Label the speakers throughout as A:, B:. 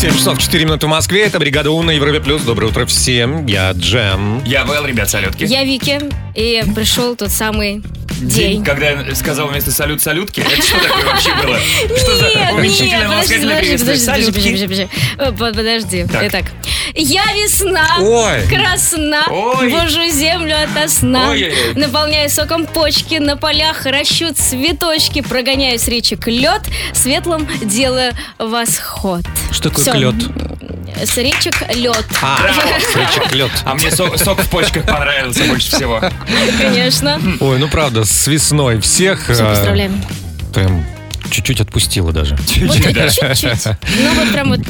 A: часов 4 минуты в Москве. Это бригада У на Европе плюс. Доброе утро всем. Я Джем.
B: Я Вэл, ребят, салютки.
C: Я Вики, и пришел тот самый день.
B: когда я сказал вместо салют салютки, это что такое вообще было? Что за
C: Нет,
B: уменьшительное
C: подожди,
B: ласкательное
C: подожди,
B: приветствие?
C: подожди, подожди, подожди,
B: Салютки.
C: подожди. Э, под- подожди.
B: Так.
C: Итак, я весна,
A: Ой.
C: красна,
B: Ой.
C: божу землю ото сна,
B: Ой-ой-ой.
C: наполняю соком почки, на полях ращу цветочки, прогоняю с речек лед, светлым делаю восход.
A: Что такое
C: Всё.
A: клёт?
C: С речек лед,
A: А,
B: Браво.
A: встреча, клёт.
B: А мне со- сок в почках понравился больше всего.
C: конечно.
A: Ой, ну правда, с весной всех...
C: Все,
A: э,
C: поздравляем.
A: Прям чуть-чуть отпустила даже.
C: Вот чуть-чуть. Ну вот прям вот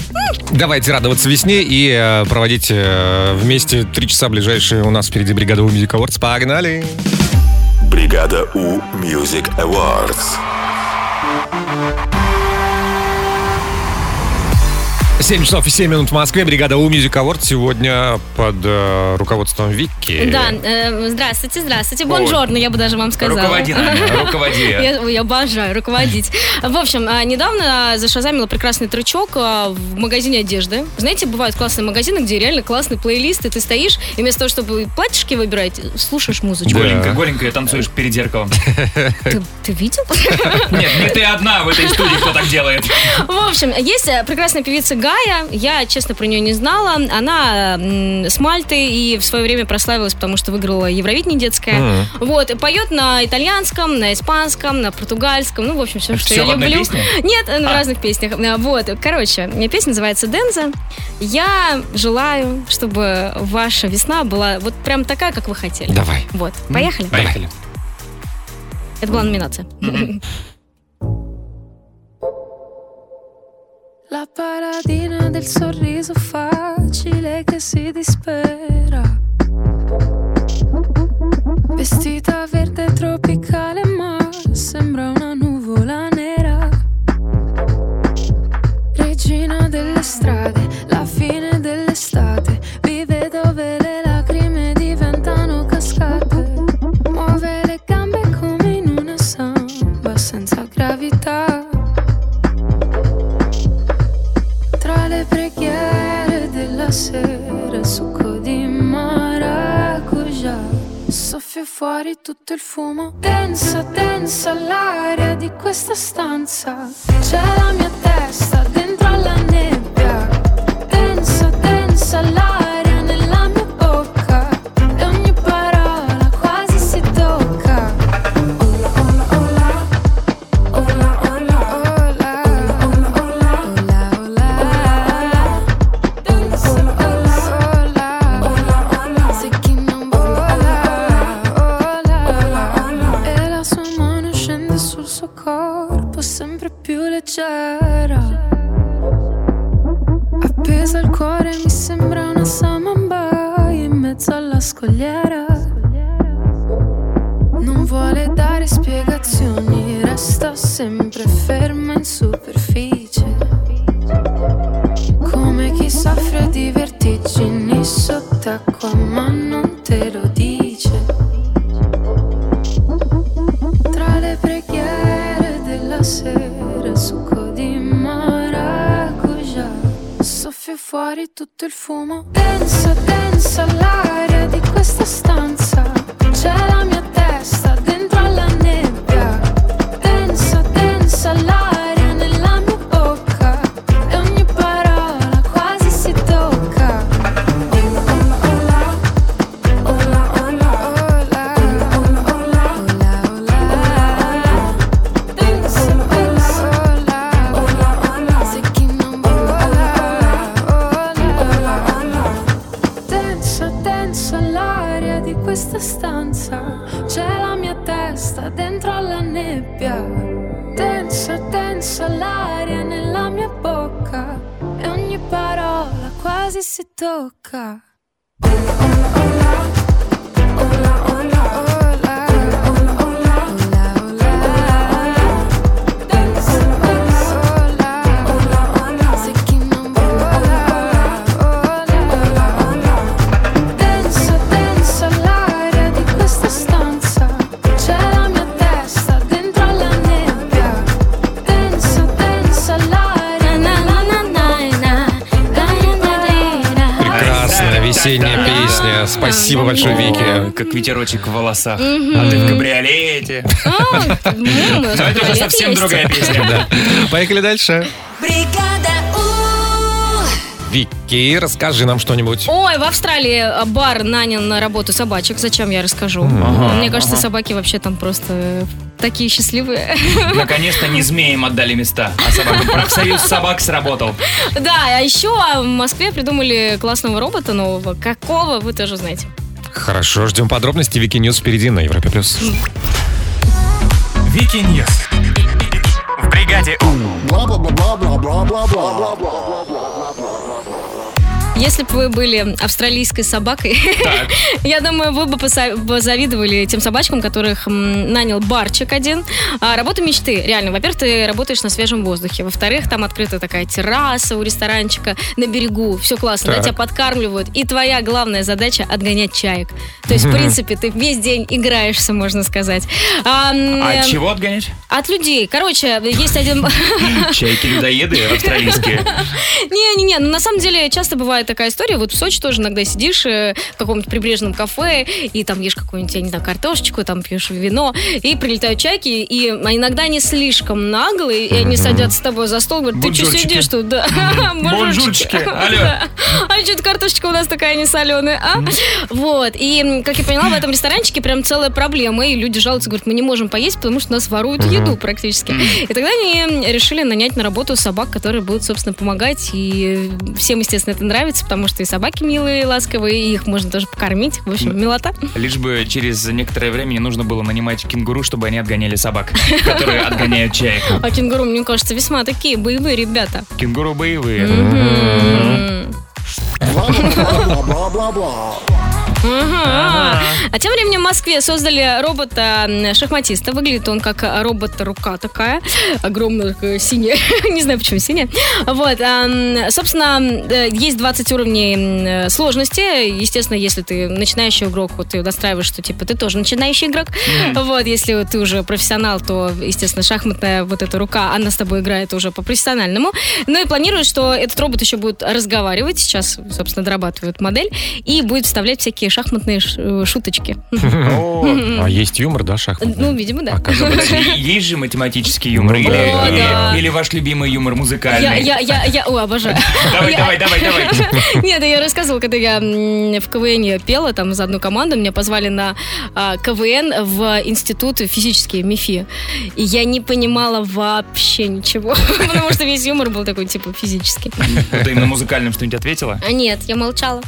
A: Давайте радоваться весне и э, проводить э, вместе три часа ближайшие у нас впереди бригада у Music Awards. Погнали!
D: Бригада У Music Awards.
A: 7 часов и 7 минут в Москве. Бригада У Music Awards сегодня под э, руководством Вики.
C: Да, э, здравствуйте, здравствуйте. Бонжорно, я бы даже вам сказала.
B: Руководи нами, руководи.
C: Я, ой, я обожаю руководить. В общем, а, недавно а, зашазамила прекрасный трючок а, в магазине одежды. Знаете, бывают классные магазины, где реально классный плейлист, и ты стоишь, и вместо того, чтобы платьишки выбирать, слушаешь
A: Да.
C: музычку.
B: Голенько, голенько я танцуешь перед зеркалом.
C: Ты, ты видел?
B: Нет, не ты одна в этой студии, кто так делает.
C: В общем, есть э, прекрасная певица Гая. Я, честно, про нее не знала. Она м, с Мальты и в свое время прославилась, потому что выиграла Евровидение детское.
A: Мгм.
C: Вот, и поет на итальянском, на испанском, на португальском. Ну, в общем, все, что
B: Всё
C: я
B: в одной
C: люблю.
B: песне?
C: Нет, э, в
B: А.
C: разных песнях. Э, Вот, короче, э, песня называется «Денза». Я желаю, чтобы ваша весна была вот прям такая, как вы хотели.
A: Давай.
C: Вот, поехали.
A: Поехали.
C: Это была номинация.
E: La paradina del sorriso facile che si dispera. Vestita verde tropicale ma sembra una nuvola nera. Regina delle strade, la fine dell'estate, vive dove le lacrime diventano cascate. Muove le gambe come in una samba senza gravità. Tra le preghiere della sera, succo di maracuja. Soffio fuori tutto il fumo. Densa, densa l'aria di questa stanza. C'è la mia testa dentro alla nebbia. Densa, densa l'aria nella mia bocca. E ogni parola quasi si tocca. Hola, hola, hola, hola. Hola, hola. Sé che non vola. E la sua mano scende sul suo corpo sempre più leggera. Appesa al cuore mi sembra una samambaia in mezzo alla scogliera. Non vuole dare spiegazioni, resta sempre ferma in superficie. Come chi soffre di vertigini sott'acqua ma non te lo dice. Tra le preghiere della sera, succo di maracuja, soffio fuori tutto il fumo. Densa, densa l'aria di questa stanza. C'è la mia testa dentro alla nebbia. Densa, densa l'aria nella mia bocca. E ogni parola quasi si tocca. Hola, hola, hola, hola. Densa, densa, hola. Sé che non vola, hola. Densa, densa l'aria di questa stanza. C'è la mia testa dentro alla nebbia. Densa, densa l'aria nella mia bocca. E ogni parola quasi si tocca. Hola, hola, hola, hola. Densa, densa, hola. Sé che non vola, hola. Densa, densa l'aria di questa stanza. C'è la mia testa dentro alla nebbia. Densa, densa l'aria nella mia bocca.
A: Спасибо большое, Вики.
B: Как ветерочек в волосах. А ты в кабриолете.
C: А, ну,
B: Но это уже
C: туалет
B: совсем
C: есть.
B: другая песня.
A: Поехали дальше.
F: Бригада У.
A: Вики, расскажи нам что-нибудь.
C: Ой, в Австралии а, бар нанял на работу собачек. Зачем я расскажу? Мне кажется, собаки вообще там просто такие счастливые.
B: Наконец-то не змеям отдали места, а собакам. Профсоюз собак сработал.
C: Да, а еще в Москве придумали классного робота нового. Какого, вы тоже знаете.
A: Хорошо, ждем подробностей. Вики Ньюс впереди на Европе+. плюс.
G: Вики Ньюс. В бригаде У.
C: Если бы вы были австралийской собакой, я думаю, вы бы поса- позавидовали тем собачкам, которых м, нанял барчик один. А, работа мечты, реально. Во-первых, ты работаешь на свежем воздухе. Во-вторых, там открыта такая терраса у ресторанчика на берегу. Все классно, да,
A: Так.
C: тебя подкармливают. И твоя главная задача – отгонять чаек. То есть, в принципе, ты весь день играешься, можно сказать. А, м,
B: А от чего отгонять?
C: От людей. Короче, есть один...
B: Чайки-людоеды австралийские.
C: Не-не-не, ну на самом деле часто бывает такая история. Вот в Сочи тоже иногда сидишь э, в каком-нибудь прибрежном кафе и там ешь какую-нибудь, я не знаю, картошечку, там пьешь вино, и прилетают чайки, и а иногда они слишком наглые, и они садятся с тобой за стол, говорят, ты что
B: Бонжурчики.
C: сидишь тут? Да.
B: Бонжурчики, алло.
C: Да. А что-то картошечка у нас такая не соленая, а? Вот, и, м, как я поняла, в этом ресторанчике прям целая проблема, и люди жалуются, говорят, мы не можем поесть, потому что нас воруют еду практически. И тогда они решили нанять на работу собак, которые будут, собственно, помогать, и всем, естественно, это нравится, потому что и собаки милые, ласковые, и их можно тоже покормить, в общем, милота.
B: Лишь бы через некоторое время не нужно было нанимать кенгуру, чтобы они отгоняли собак, которые отгоняют чаек.
C: А кенгуру, мне кажется, весьма такие боевые ребята.
B: Кенгуру боевые.
C: Мгм. Ага. А тем временем в Москве создали робота-шахматиста. Выглядит он как робот-рука такая. Огромная, такая, синяя. Не знаю, почему синяя. Вот. а, м, Собственно, э, есть 20 уровней м, э, сложности. Естественно, если ты начинающий игрок, вот ты достраиваешь, что типа ты тоже начинающий игрок. Вот. Если вот ты уже профессионал, то, естественно, шахматная вот эта рука, она с тобой играет уже по-профессиональному. Ну и планируют, что этот робот еще будет разговаривать. Сейчас, собственно, дорабатывают модель. И будет вставлять всякие шахматные ш- э, шуточки.
B: О,
A: А есть юмор, да, шахмат?
C: Ну, видимо, да.
A: Оказывается.
B: Есть же математический юмор.
A: Ну
B: Или,
A: да,
C: да,
B: или-
C: да.
B: или ваш любимый юмор
C: Я,
B: музыкальный.
C: я, я, я, о, обожаю.
B: Давай,
C: Я-
B: давай, давай, давай.
C: Нет, я рассказывала, когда я м, в КВН пела там за одну команду, меня позвали на а, КВН в институт физические МИФИ. И я не понимала вообще ничего, потому что весь юмор был такой, типа, физический.
B: Ты именно музыкальным что-нибудь ответила?
C: А нет, я молчала.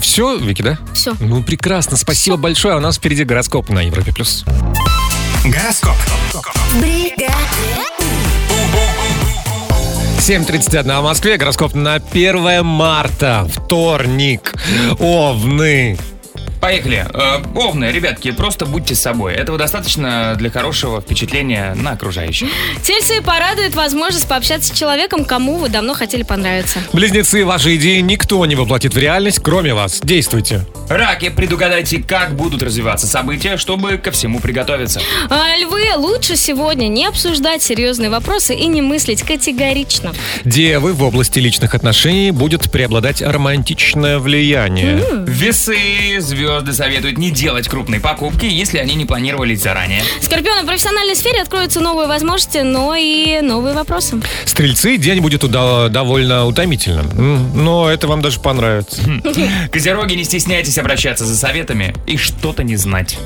A: все, А, Вики, да?
C: Все.
A: Ну, прекрасно, спасибо большое. А у нас впереди гороскоп на Европе+. плюс.
G: Гороскоп.
F: Бригада.
A: 7.31 в Москве, гороскоп на 1 марта, вторник, овны.
B: Поехали. Э, Овны, ребятки, просто будьте собой. Этого достаточно для хорошего впечатления на окружающих.
C: Тельцы порадует возможность пообщаться с человеком, кому вы давно хотели понравиться.
A: Близнецы, ваши идеи никто не воплотит в реальность, кроме вас. Действуйте.
B: Раки, предугадайте, как будут развиваться события, чтобы ко всему приготовиться.
C: А львы, лучше сегодня не обсуждать серьезные вопросы и не мыслить категорично.
A: Девы, в области личных отношений будет преобладать романтичное влияние.
B: Весы, звезды советуют не делать крупные покупки, если они не планировались заранее.
C: Скорпион, в профессиональной сфере откроются новые возможности, но и новые вопросы.
A: Стрельцы, день будет уда- довольно утомительным, М, но это вам даже понравится.
B: Козероги, не стесняйтесь обращаться за советами и что-то не знать.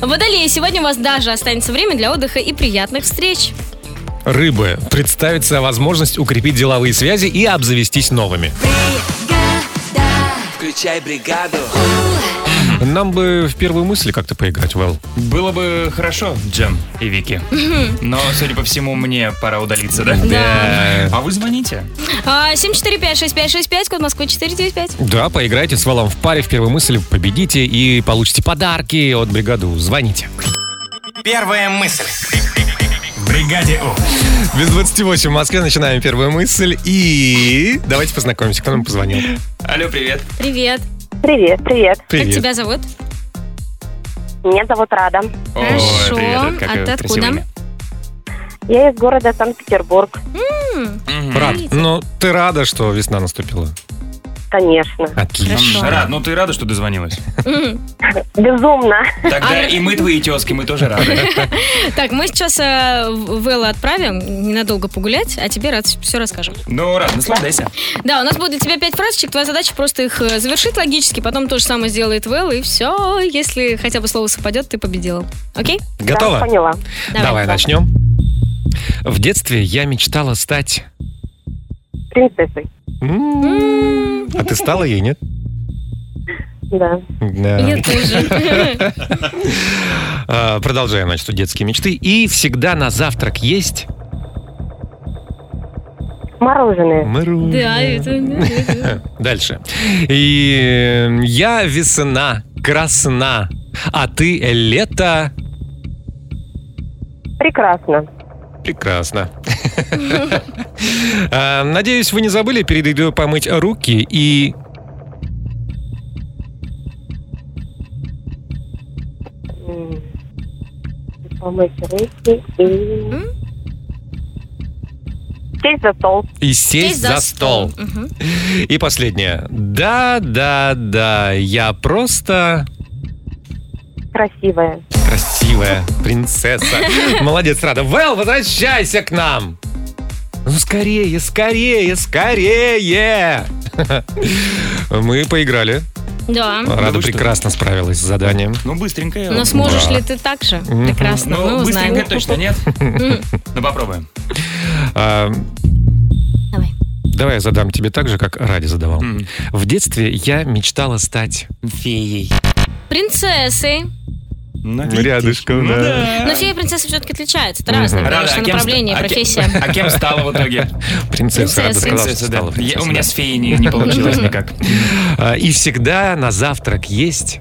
C: Водолеи, сегодня у вас даже останется время для отдыха и приятных встреч.
A: Рыбы, представится возможность укрепить деловые связи и обзавестись новыми.
H: Включай бригаду.
A: Нам бы в первую мысль как-то поиграть, Вэл.
B: Было бы хорошо, Джем и Вики. Но, судя по всему, мне пора удалиться, да?
C: Да.
B: А вы звоните.
C: А, 745-6565, код Москвы 495.
A: Да, поиграйте с Вэлом в паре в первую мысль, победите и получите подарки от бригаду. Звоните.
G: Первая мысль. В бригаде У.
A: Без 28 в Москве начинаем первую мысль и... Давайте познакомимся, кто нам позвонил.
B: Алло, привет.
C: Привет.
I: Привет, привет.
A: Привет.
C: Как тебя зовут?
I: Меня зовут Рада.
B: Ой,
C: Хорошо.
B: привет, какое
C: А
B: красивое
C: ты откуда?
B: имя.
I: Я из города Санкт-Петербург.
B: Мгм.
A: Рад. Ну, ты рада, что весна наступила?
I: Конечно.
A: Отлично.
C: Хорошо.
B: Рад, ну ты рада, что дозвонилась?
C: Мгм.
I: Безумно.
B: Тогда
C: А-
B: и мы твои тезки, мы тоже рады.
C: Так, мы сейчас э, в- Вэлла отправим ненадолго погулять, а тебе Рад все расскажем.
B: Ну, рад, наслаждайся.
C: Да, у нас будет для тебя пять фразочек. Твоя задача просто их э, завершить логически, потом то же самое сделает Вэлла, и все. Если хотя бы слово совпадет, ты победила. Окей?
I: Да,
A: Готово?
I: поняла.
A: Давай, начнем. В детстве я мечтала стать...
I: Принцессой.
A: М, А ты стала ей, нет?
I: Да.
A: Да.
C: Я тоже.
A: А, Продолжаем, значит, детские мечты. И всегда на завтрак есть...
I: Мороженое.
A: Мороженое.
C: Да, это... ну,
A: Э, Дальше. И э, я весна, красна, а ты лето.
I: Прекрасно.
A: Прекрасно. А, Надеюсь, вы не забыли перед едой помыть руки и...
I: М. Помыть руки и... Сесть за стол.
A: И сесть за стол.
C: Мгм.
A: И последнее. Да, да, да, я просто
I: Красивая.
A: красивая принцесса. Молодец, Рада. Вэл, возвращайся к нам. Ну, скорее, скорее, скорее. Мы поиграли.
C: Да.
B: Ну,
A: Рада
B: вы что?
A: прекрасно справилась с заданием.
B: Ну, быстренько. я-
C: Но сможешь
A: Да.
C: ли ты так же?
A: Мгм.
C: Прекрасно, мы
B: Ну, быстренько
C: узнаем.
B: точно нет.
C: М.
B: Ну, попробуем.
A: А,
C: Давай.
A: Давай я задам тебе так же, как Ради задавал.
B: М.
A: В детстве я мечтала стать...
B: Феей.
C: Принцессы.
B: Ну,
A: Рядышком,
B: видишь. Ну,
A: да.
C: Но фея и принцесса все-таки отличаются. Это
A: Мгм.
C: разное,
B: Рада,
C: потому что
B: а кем ст-
C: направление,
B: а кем-
C: профессия.
B: А кем стала в итоге?
A: Принцесса, Рада сказала,
C: Принцесса.
A: что
B: Принцесса, да.
A: стала
B: Я- У
A: принцессой,
B: меня с феей не не получилось никак.
A: да. А, И всегда на завтрак есть...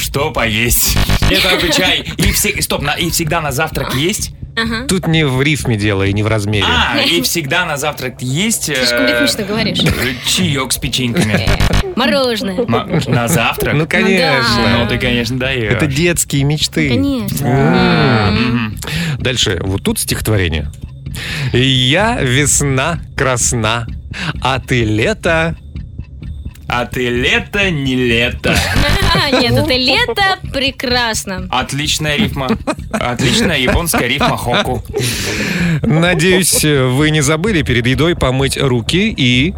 B: Что поесть? Я только чай. И все- Стоп, на- и всегда на завтрак есть?
C: Ага.
A: Тут не в рифме дело и не в размере.
B: А, и всегда на завтрак есть... э,
C: Слишком ритмично говоришь. Э.
B: э, Чаек с печеньками.
C: Мороженое.
B: М- На завтрак?
A: Ну,
C: да.
A: конечно.
B: Ну, ты, конечно, даешь.
A: Это детские мечты.
C: Ну, Конечно.
A: М.
C: М.
B: Мгм.
A: Дальше, вот тут стихотворение. Я весна красна, а ты лето.
B: А ты лето, не лето.
C: А, Нет, это лето прекрасно.
B: Отличная рифма. Отличная японская рифма хоку.
A: Надеюсь, вы не забыли перед едой помыть руки и...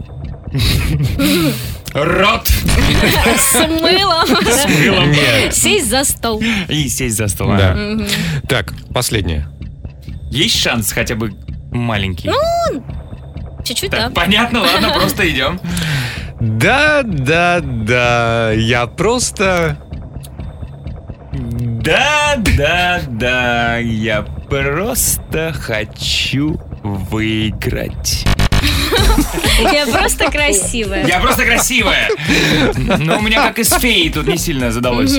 B: Рот!
C: С мылом.
B: Мылом.
C: Сесть за стол.
B: И сесть за стол. а.
A: Да.
C: Мгм.
A: Так, последнее.
B: Есть шанс хотя бы маленький?
C: Чуть-чуть, Ну да.
B: Так, понятно, ладно, просто идем.
A: Да, да, да, я просто...
B: Да, да, да, я просто хочу выиграть.
C: Я просто красивая.
B: Я просто красивая. Но у меня как из феи тут не сильно задалось.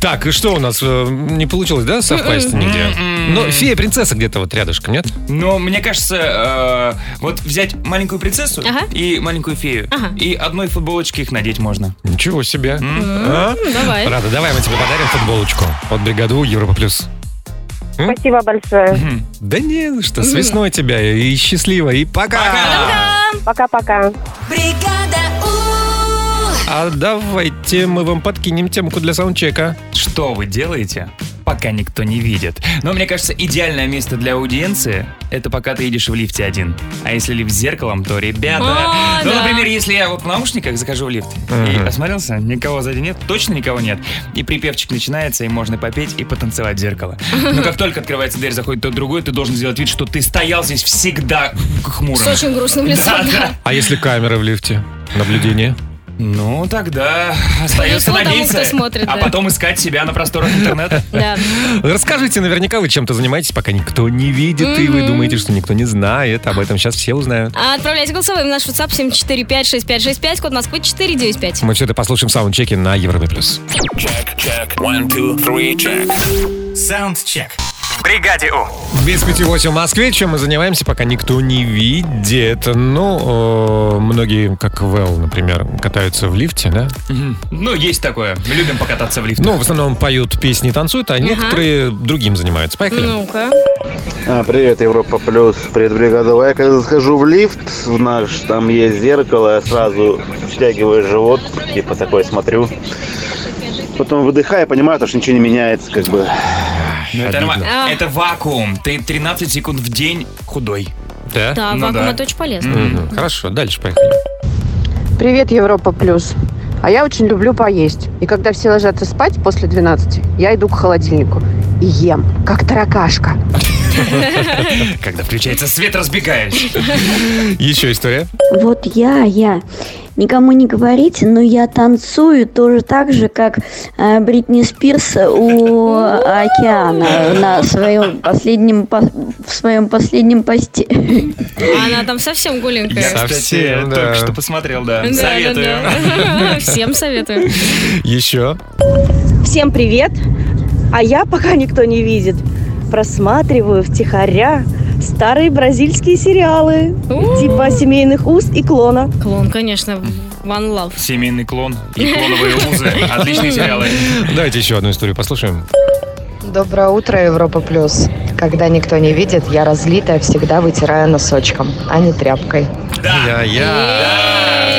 A: Так, и что у нас? э, Не получилось, да, совпасть нигде?
B: М-м.
A: Но фея-принцесса где-то вот рядышком, нет?
B: Но мне кажется, э, вот взять маленькую принцессу
C: Ага.
B: и маленькую фею,
C: Ага.
B: и одной футболочке их надеть можно.
A: Ничего себе. А?
C: Давай.
A: Рада, давай мы тебе подарим футболочку от бригаду Европа Плюс.
I: Спасибо большое.
A: Да не за что, с весной тебя и счастливо, и пока!
I: Пока-пока.
F: Бригада У!
A: А давайте мы вам подкинем темку для саундчека.
B: Что вы делаете, пока никто не видит? Но мне кажется, идеальное место для аудиенции — это пока ты едешь в лифте один. А если лифт с зеркалом, то, ребята...
C: А,
B: ну,
C: да.
B: например, если я вот в наушниках захожу в лифт и
A: Мгм.
B: осмотрелся, никого сзади нет, точно никого нет. И припевчик начинается, и можно попеть и потанцевать в зеркало. Но как только открывается дверь, заходит тот другой, ты должен сделать вид, что ты стоял здесь всегда
C: С
B: хмурым.
C: очень грустным лицом. да.
A: А если камера в лифте? Наблюдение?
B: Ну, тогда остается
C: Повезло тому,
B: надеяться,
C: кто смотрит,
B: а
C: да.
B: потом искать себя на просторах интернета.
C: Да.
A: Расскажите, наверняка вы чем-то занимаетесь, пока никто не видит, и вы
C: Мгм.
A: думаете, что никто не знает. Об этом сейчас все узнают.
C: А Отправляйте голосовым в наш WhatsApp 7456565, код Москвы 495.
A: Мы все это послушаем в саундчеке на Европе Плюс.
G: Саундчек. Бригаде У.
A: Без пяти восемь в Москве, чем мы занимаемся, пока никто не видит. Ну, э, многие, как Вэл, например, катаются в лифте, да?
B: Мгм. Ну, есть такое. Мы любим покататься в лифте.
A: Ну, в основном поют песни и танцуют, а некоторые другим занимаются. Поехали.
C: Ну-ка.
H: А, привет, Европа Плюс, привет, бригада В. Я когда захожу в лифт в наш, там есть зеркало, я сразу втягиваю живот, типа такой смотрю. Потом выдыхаю, понимаю, то, что ничего не меняется, как бы.
B: Ну, это,
A: обидно.
B: нормально.
C: А.
B: это вакуум. Ты 13 секунд в день худой.
A: Да?
C: Да,
B: Ну
C: вакуум
B: да.
C: это очень полезно.
A: Мгм. Ну, Хорошо, дальше поехали.
I: Привет, Европа Плюс. А я очень люблю поесть. И когда все ложатся спать после 12, я иду к холодильнику и ем, как таракашка.
B: Когда включается свет, разбегаюсь.
A: Еще история.
J: Вот я, я. Никому не говорите, но я танцую тоже так же, как э, Бритни Спирс у океана на своем последнем пос- в своем последнем посте.
C: Она там совсем
B: Я,
C: голенькая.
A: Совсем,
B: кстати,
A: да.
B: только что посмотрел, да.
C: Да, да,
B: Советую.
C: да. Всем советую.
A: Еще.
I: Всем привет! А я, пока никто не видит, просматриваю втихаря старые бразильские сериалы
C: У,
I: типа «Семейных уст» и «Клона».
C: Клон, конечно, One Love.
B: Семейный клон и клоновые узы. Отличные сериалы.
A: Давайте еще одну историю послушаем.
I: Доброе утро, Европа Плюс. Когда никто не видит, я разлитая всегда вытираю носочком, а не тряпкой.
A: Я, я.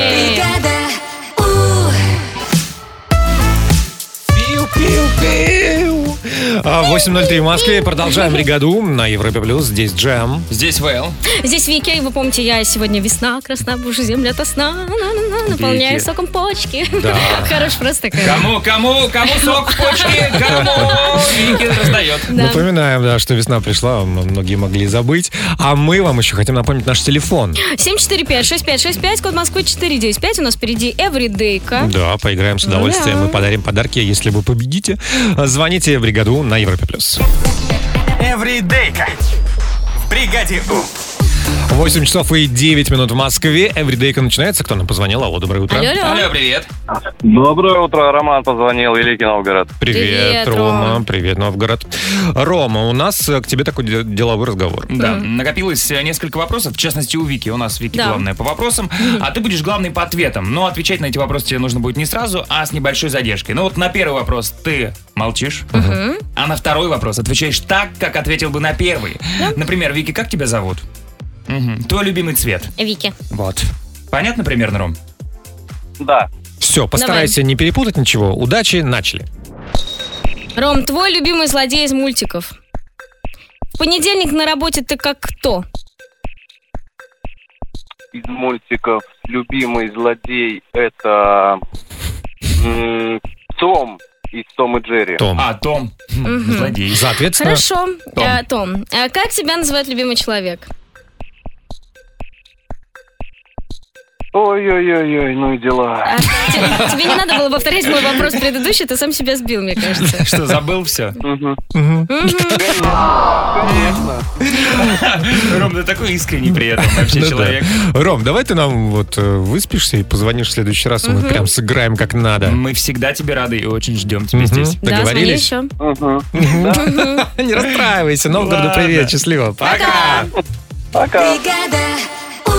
F: Бригада У.
A: Пиу, пиу, пиу. А, 8.03 в Москве. Продолжаем бригаду на Европе Плюс. Здесь Джем.
B: Здесь Вэйл.
C: Здесь Вики, вы помните, я сегодня весна, красна, бужу земля от сна, на-на-на, наполняю
B: Вики.
C: соком почки. Хорош просто такая.
B: Кому, кому, кому сок в почке, кому Викин раздает.
C: Да.
A: Напоминаем, да, что весна пришла, м- многие могли забыть. А мы вам еще хотим напомнить наш телефон.
C: 745-6565, код Москвы 495. У нас впереди Эвридейка.
A: Да, поиграем с
C: Ну
A: удовольствием.
C: да.
A: Мы подарим подарки, если вы победите. Звоните в бригаду на Европе плюс.
G: Эвридейка. В бригаде У.
A: 8 часов и 9 минут в Москве. Эвридейка начинается. Кто нам позвонил? Алло, доброе утро.
C: Алло.
B: Алло, привет.
H: Доброе утро, Роман позвонил, Великий Новгород.
A: Привет,
C: Привет,
A: Рома.
C: Ром.
A: Привет, Новгород. Рома, у нас э, к тебе такой де- деловой разговор.
B: Да, накопилось э, несколько вопросов, в частности у Вики. У нас Вики
C: Да.
B: главная по вопросам, а ты будешь главный по ответам. Но отвечать на эти вопросы тебе нужно будет не сразу, а с небольшой задержкой. Ну вот на первый вопрос ты молчишь, а на второй вопрос отвечаешь так, как ответил бы на первый. Например, Вики, как тебя зовут? Мгм. Твой любимый цвет.
C: Вики.
B: Вот. Понятно примерно, Ром?
H: Да.
A: Все, постарайся не перепутать ничего. Удачи, начали.
C: Ром, твой любимый злодей из мультиков? В понедельник на работе ты как кто?
H: Из мультиков любимый злодей это Том из Том и Джерри.
A: Том.
B: А, Том.
C: Мгм.
B: Злодей.
A: Соответственно,
C: Хорошо.
B: Том.
C: Э, Том, э, как тебя называет любимый человек?
H: Ой-ой-ой, ну и дела.
C: А, те- Тебе не надо было повторять мой вопрос предыдущий, ты сам себя сбил, мне кажется.
B: Что, забыл все?
C: Мгм.
B: Ром, ты такой искренний при этом вообще
A: Ну да.
B: человек.
A: Ром, давай ты нам вот э, выспишься и позвонишь в следующий раз, и мы прям сыграем как надо.
B: Мы всегда тебе рады и очень ждем тебя
A: Мгм.
B: здесь.
C: Да, звони
A: Договорились?
C: еще.
A: Не расстраивайся. Новгороду
B: Ладно.
A: привет, счастливо.
B: Пока!
F: Бригада У.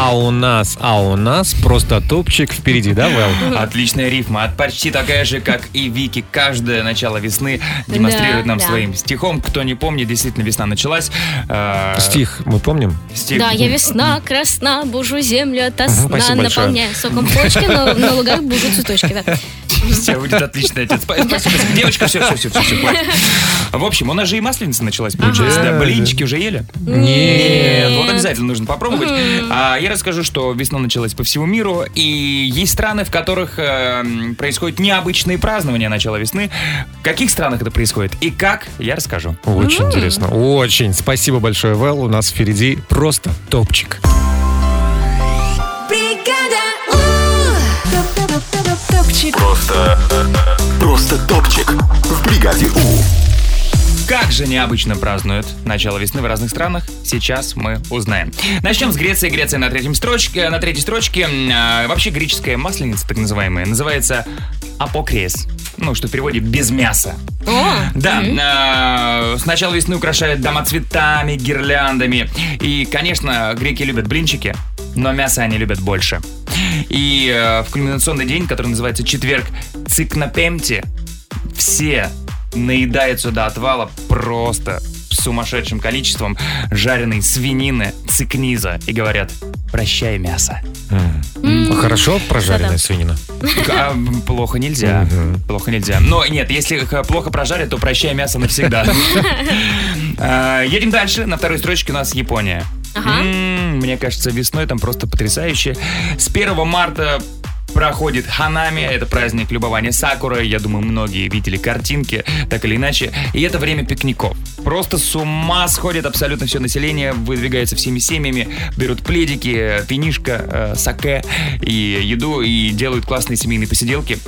A: А у нас, а у нас просто топчик впереди, да, Вэл?
B: Отличная рифма, от почти такая же, как и Вики. Каждое начало весны демонстрирует
C: Да,
B: нам
C: да.
B: своим стихом. Кто не помнит, действительно весна началась. Э,
A: Стих, мы помним?
B: стих.
C: Да, я весна, красна, бужу землю от
A: Мгм,
C: сна,
A: спасибо большое.
C: наполняю соком почки, но на лугах бужу цветочки. да.
B: Из тебя выйдет отличный отец. Спа- спасибо, спасибо. Девочка, все, все, все, все, В общем, у нас же и масленица началась, получается.
A: Ага.
B: Да, блинчики уже ели?
A: Нет.
B: Нет, Вот обязательно нужно попробовать. А, я расскажу, что весна началась по всему миру, и есть страны, в которых эм, происходят необычные празднования начала весны. В каких странах это происходит и как, я расскажу.
A: Очень интересно. Очень. Спасибо большое, Вэл. У нас впереди просто топчик.
F: Бригада У. Топчик.
D: Просто... Просто топчик в бригаде У.
B: Как же необычно празднуют начало весны в разных странах, сейчас мы узнаем. Начнем с Греции. Греция на, третьем строчке, на третьей строчке. М, а, вообще греческая масленица, так называемая, называется апокрес. ну, что в переводе без мяса.
C: О,
B: Да, э, сначала весны украшают дома цветами, гирляндами. И, конечно, греки любят блинчики, но мясо они любят больше. И э, в кульминационный день, который называется четверг, цикнопемти, все наедаются до отвала просто сумасшедшим количеством жареной свинины цикниза и говорят «прощай мясо».
A: М. Хорошо прожаренная свинина?
B: А, м, Плохо нельзя. Плохо нельзя. Но нет, если их э, плохо прожарят, то прощай мясо навсегда. А, Едем дальше. На второй строчке у нас Япония. М, Мне кажется, весной там просто потрясающе. С 1 марта проходит ханами, это праздник любования сакуры. Я думаю, многие видели картинки, так или иначе. И это время пикников. Просто с ума сходит абсолютно все население, выдвигается всеми семьями, берут пледики, винишко, э, саке и еду, и делают классные семейные посиделки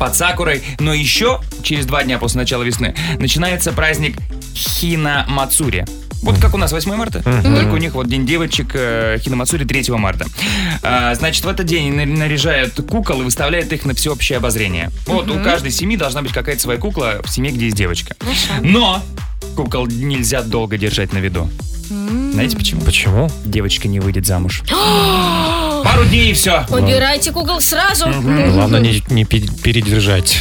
B: под сакурой. Но еще через два дня после начала весны начинается праздник Хина Мацури. Вот как у нас 8 марта,
A: Мгм.
B: только у них вот День девочек э, Хина Мацури 3 марта. А, значит, в этот день на- наряжают кукол и выставляют их на всеобщее обозрение. Вот у каждой семьи должна быть какая-то своя кукла в семье, где есть девочка. Но кукол нельзя долго держать на виду. Знаете почему?
A: Почему?
B: Девочка не выйдет замуж. Пару дней и все.
C: Убирайте кукол сразу.
A: Главное не, не пе- передержать.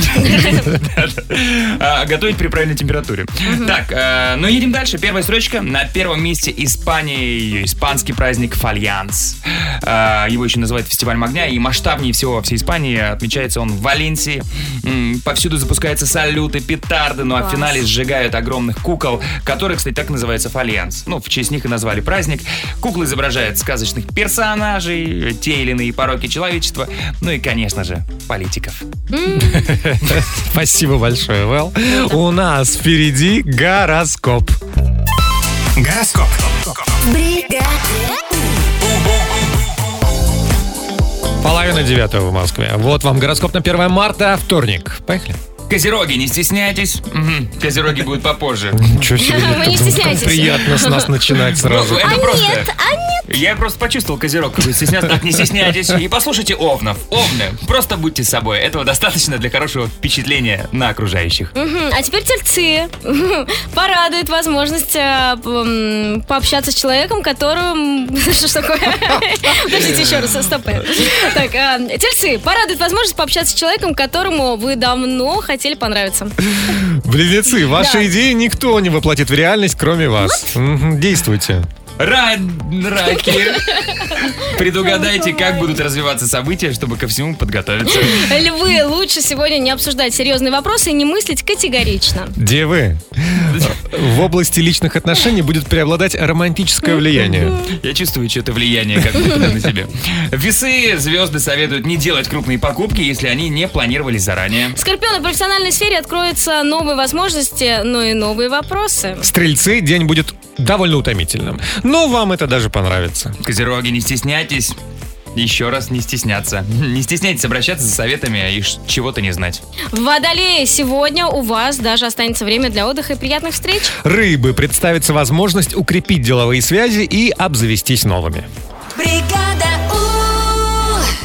B: А, Готовить при правильной температуре. Так, э, ну едем дальше. Первая строчка. На первом месте Испания и ее испанский праздник Фальянс. Э, Его еще называют фестивалем огня. И масштабнее всего во всей Испании отмечается он в Валенсии. М, Повсюду запускаются салюты, петарды. Ну а в
K: Класс.
B: финале сжигают огромных кукол, которые, кстати, так называется фальянс. Ну, в честь них и назвали праздник. Куклы изображают сказочных персонажей, те или иные пороки человечества. Ну и, конечно же, политиков.
A: Спасибо большое, Вэл. У нас впереди гороскоп.
G: Гороскоп.
F: Бригада.
A: Половина девятого в Москве. Вот вам гороскоп на 1 марта, вторник. Поехали.
B: Козероги, не стесняйтесь. Мгм, Козероги будут попозже.
A: Ничего себе.
C: Вы не
A: как-
C: стесняйтесь.
A: Как приятно с нас начинать сразу.
B: Ну, это
C: А
B: просто.
C: нет,
B: Я просто почувствовал козерог. какой Стесняться так не стесняйтесь. И послушайте овнов. Овны, просто будьте собой. Этого достаточно для хорошего впечатления на окружающих.
C: Мгм. А теперь тельцы. Порадует возможность э, п- м, пообщаться с человеком, которым... Что ж такое? Подождите, еще раз, стоп. Так, э, тельцы. Порадует возможность пообщаться с человеком, которому вы давно хотели понравиться.
A: Близнецы, ваши
C: Да.
A: идеи никто не воплотит в реальность, кроме вас. Мгм, Действуйте.
B: Ра- Раки. Предугадайте, как будут развиваться события, чтобы ко всему подготовиться.
C: Львы, лучше сегодня не обсуждать серьезные вопросы и не мыслить категорично.
A: Девы, в области личных отношений будет преобладать романтическое влияние.
B: Я чувствую что-то влияние как будто бы на себе. Весы звезды советуют не делать крупные покупки, если они не планировались заранее.
C: Скорпионы в профессиональной сфере откроются новые возможности, но и новые вопросы.
A: Стрельцы, день будет довольно утомительным, но вам это даже понравится.
B: Козероги, не стесняйтесь. Еще раз не стесняться. Не стесняйтесь обращаться за советами и ш- чего-то не знать.
C: Водолеи, сегодня у вас даже останется время для отдыха и приятных встреч.
A: Рыбы, представится возможность укрепить деловые связи и обзавестись новыми.
F: Бригада У.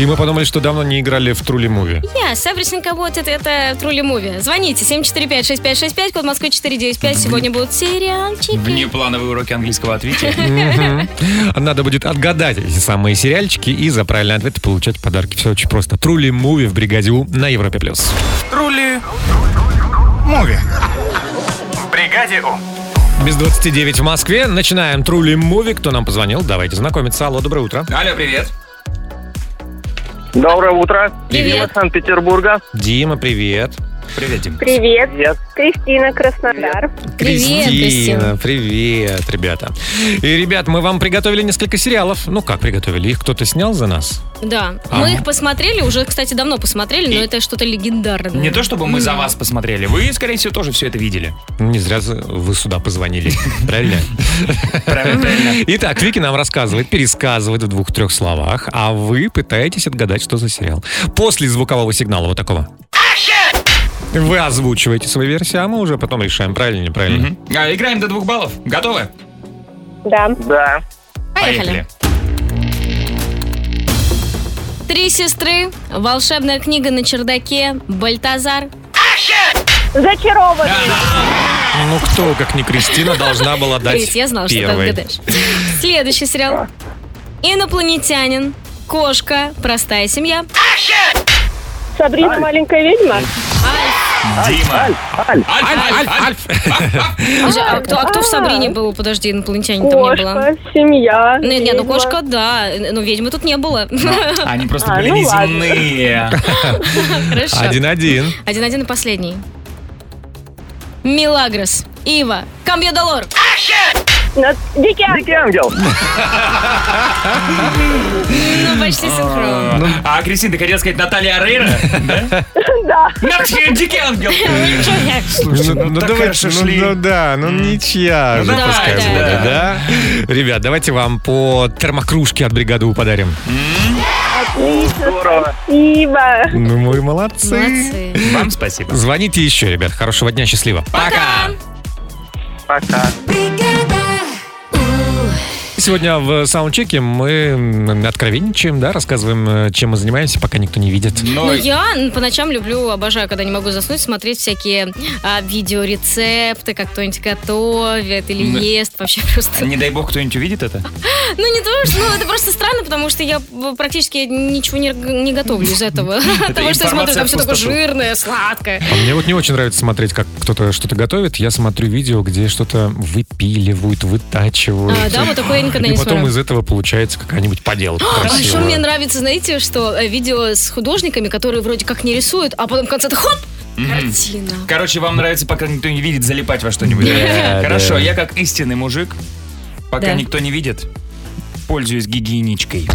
A: И мы подумали, что давно не играли в Трули Муви.
C: Yes, everything about it, это Трули Муви. Звоните 745-6565, код Москвы 495. Сегодня будут сериальчики.
B: Внеплановые уроки английского отвития.
A: Мгм. Надо будет отгадать эти самые сериальчики и за правильный ответ получать подарки. Все очень просто. Трули Муви в бригаде У на Европе плюс.
G: Трули. Муви. В бригаде У.
A: Без 29 в Москве. Начинаем Трули Муви. Кто нам позвонил? Давайте знакомиться. Алло, доброе утро.
B: Алло, привет.
L: Доброе утро.
A: Привет.
L: Дима, Санкт-Петербурга.
A: Дима, привет.
B: Привет, Дим.
M: Привет. Кристина Краснодар.
A: Кристина, привет, ребята. И, ребят, мы вам приготовили несколько сериалов. Ну, как приготовили? Их кто-то снял за нас?
C: Да,
A: А.
C: мы их посмотрели, уже, кстати, давно посмотрели, но это что-то легендарное.
B: Не то чтобы мы за вас посмотрели, вы, скорее всего, тоже все это видели.
A: Не зря за- вы сюда позвонили, правильно?
B: Правильно, правильно.
A: Итак, Вики нам рассказывает, пересказывает в двух-трех словах, а вы пытаетесь отгадать, что за сериал. После звукового сигнала вот такого. Вы озвучиваете свою версию, а мы уже потом решаем, правильно или неправильно.
B: А, Играем до двух баллов. Готовы?
M: Да.
L: Да.
B: Поехали.
C: Три сестры, волшебная книга на чердаке, Бальтазар.
M: Зачарованные.
A: Ну кто, как не Кристина, должна была дать
C: Крис, я знала, что ты
A: первой.
C: отгадаешь. Следующий сериал. Инопланетянин. Кошка. Простая семья.
M: Сабрина маленькая ведьма.
B: Дима.
C: Подожди, а, кто, а кто в Сабрине был? Подожди, инопланетянин Ну, там не было.
M: Кошка, семья.
C: Нет, нет, ну
M: ведьма.
C: кошка, да, но ведьмы тут не было.
B: Они просто
C: А,
B: были
C: ну
B: ледяные.
C: Хорошо.
A: Один-один.
C: Один-один и последний. Милагрос. Ива. Камбье долор.
M: Дикий ангел.
C: Ну, почти синхрон.
B: А, Кристина, ты хотела сказать Наталья Арейра? Да?
M: Да.
B: Наталья Дикий Ангел. Слушайте, ну, так
A: давайте,
B: хорошо
A: ну,
B: шли.
A: ну да, ну ничья
B: Ну
A: же
B: да,
A: пускай
B: да.
A: будет, да. Ребят, давайте вам по термокружке от бригады подарим.
M: Отлично. Спасибо.
A: Ну мы молодцы.
B: Вам спасибо.
A: Звоните еще, ребят. Хорошего дня, счастливо.
B: Пока.
A: Пока. Сегодня в саундчеке мы м, откровенничаем, да, рассказываем, э, чем мы занимаемся, пока никто не видит.
C: Ну, я м, по ночам люблю, обожаю, когда не могу заснуть, смотреть всякие а, видеорецепты, как кто-нибудь готовит или
B: Да.
C: ест. Вообще просто...
B: Не дай бог кто-нибудь увидит это.
C: Ну, не то, что... Ну, это просто странно, потому что я м, практически ничего не, не готовлю из этого. От того, что я смотрю,
A: информация
C: там
A: в
C: все такое
A: пустоту.
C: жирное, сладкое.
A: А мне вот не очень нравится смотреть, как кто-то что-то готовит. Я смотрю видео, где что-то выпиливают, вытачивают.
C: А, да, вот такое я никогда
A: И
C: не
A: потом
C: смотрю.
A: из этого получается какая-нибудь поделка
C: А еще мне
A: красивая.
C: нравится, знаете, что э, видео с художниками, которые вроде как не рисуют, а потом в конце-то хоп,
B: Мгм.
C: картина.
B: Короче, вам нравится, пока никто не видит, залипать во что-нибудь.
A: Да,
B: Хорошо,
A: да.
B: я как истинный мужик, пока
C: Да.
B: никто не видит, пользуюсь гигиеничкой.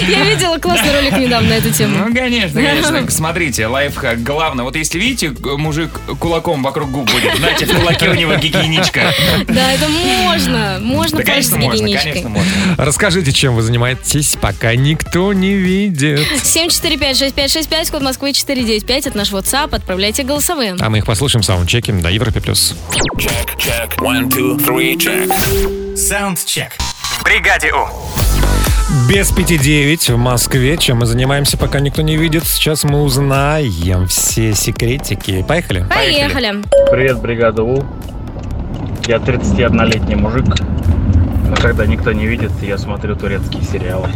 C: Я видела классный ролик недавно на эту тему.
B: Ну, конечно, конечно. Смотрите, лайфхак. Главное, вот если видите, г- мужик кулаком вокруг губ будет, знаете, в кулаке у него гигиеничка.
C: Да, это можно. Можно
B: Да, конечно,
C: пользоваться
B: можно,
C: Ну, гигиеничкой.
B: конечно, можно.
A: Расскажите, чем вы занимаетесь, пока никто не видит.
C: 745-6565, код Москвы 495, это наш WhatsApp, отправляйте голосовые.
A: А мы их послушаем в саундчеке на Европе+. плюс.
G: Чек, one, two, three, чек. Саундчек. В бригаде У.
A: Без пяти девять в Москве. Чем мы занимаемся, пока никто не видит. Сейчас мы узнаем все секретики. Поехали?
C: Поехали.
K: Привет, бригада У. Я 31-летний мужик. Но когда никто не видит, я смотрю турецкие сериалы.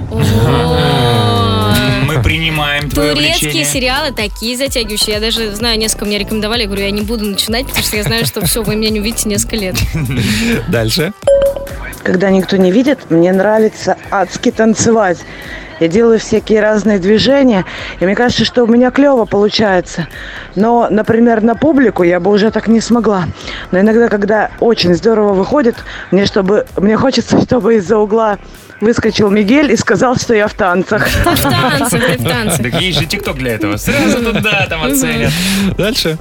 B: Мы принимаем твое
C: Турецкие
B: увлечение.
C: сериалы такие затягивающие. Я даже знаю, несколько мне рекомендовали. Я говорю, я не буду начинать, потому что я знаю, что все, вы меня не увидите несколько лет. А?
A: Дальше.
L: Когда никто не видит, мне нравится адски танцевать. Я делаю всякие разные движения, и мне кажется, что у меня клево получается. Но, например, на публику я бы уже так не смогла. Но иногда, когда очень здорово выходит, мне, чтобы, мне хочется, чтобы из-за угла выскочил Мигель и сказал, что я в танцах.
B: Так есть же ТикТок для этого. Сразу туда, там оценят.
A: Дальше.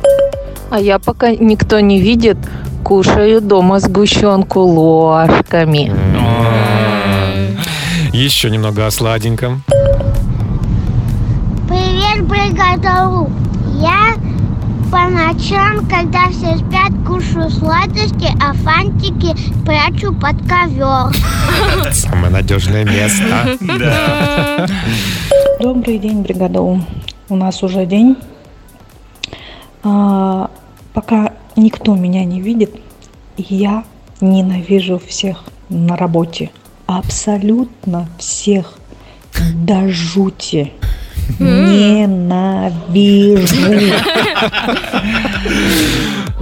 N: А я пока никто не видит, кушаю дома сгущенку ложками.
B: А,
A: Еще немного о сладеньком.
O: Привет, бригада У. Я по ночам, когда все спят, кушаю сладости, а фантики прячу под ковер.
A: Самое надежное место.
O: Да.
P: Добрый день, бригада У. У нас уже день. А, пока никто меня не видит, я ненавижу всех на работе. Абсолютно всех. До жути. Ненавижу.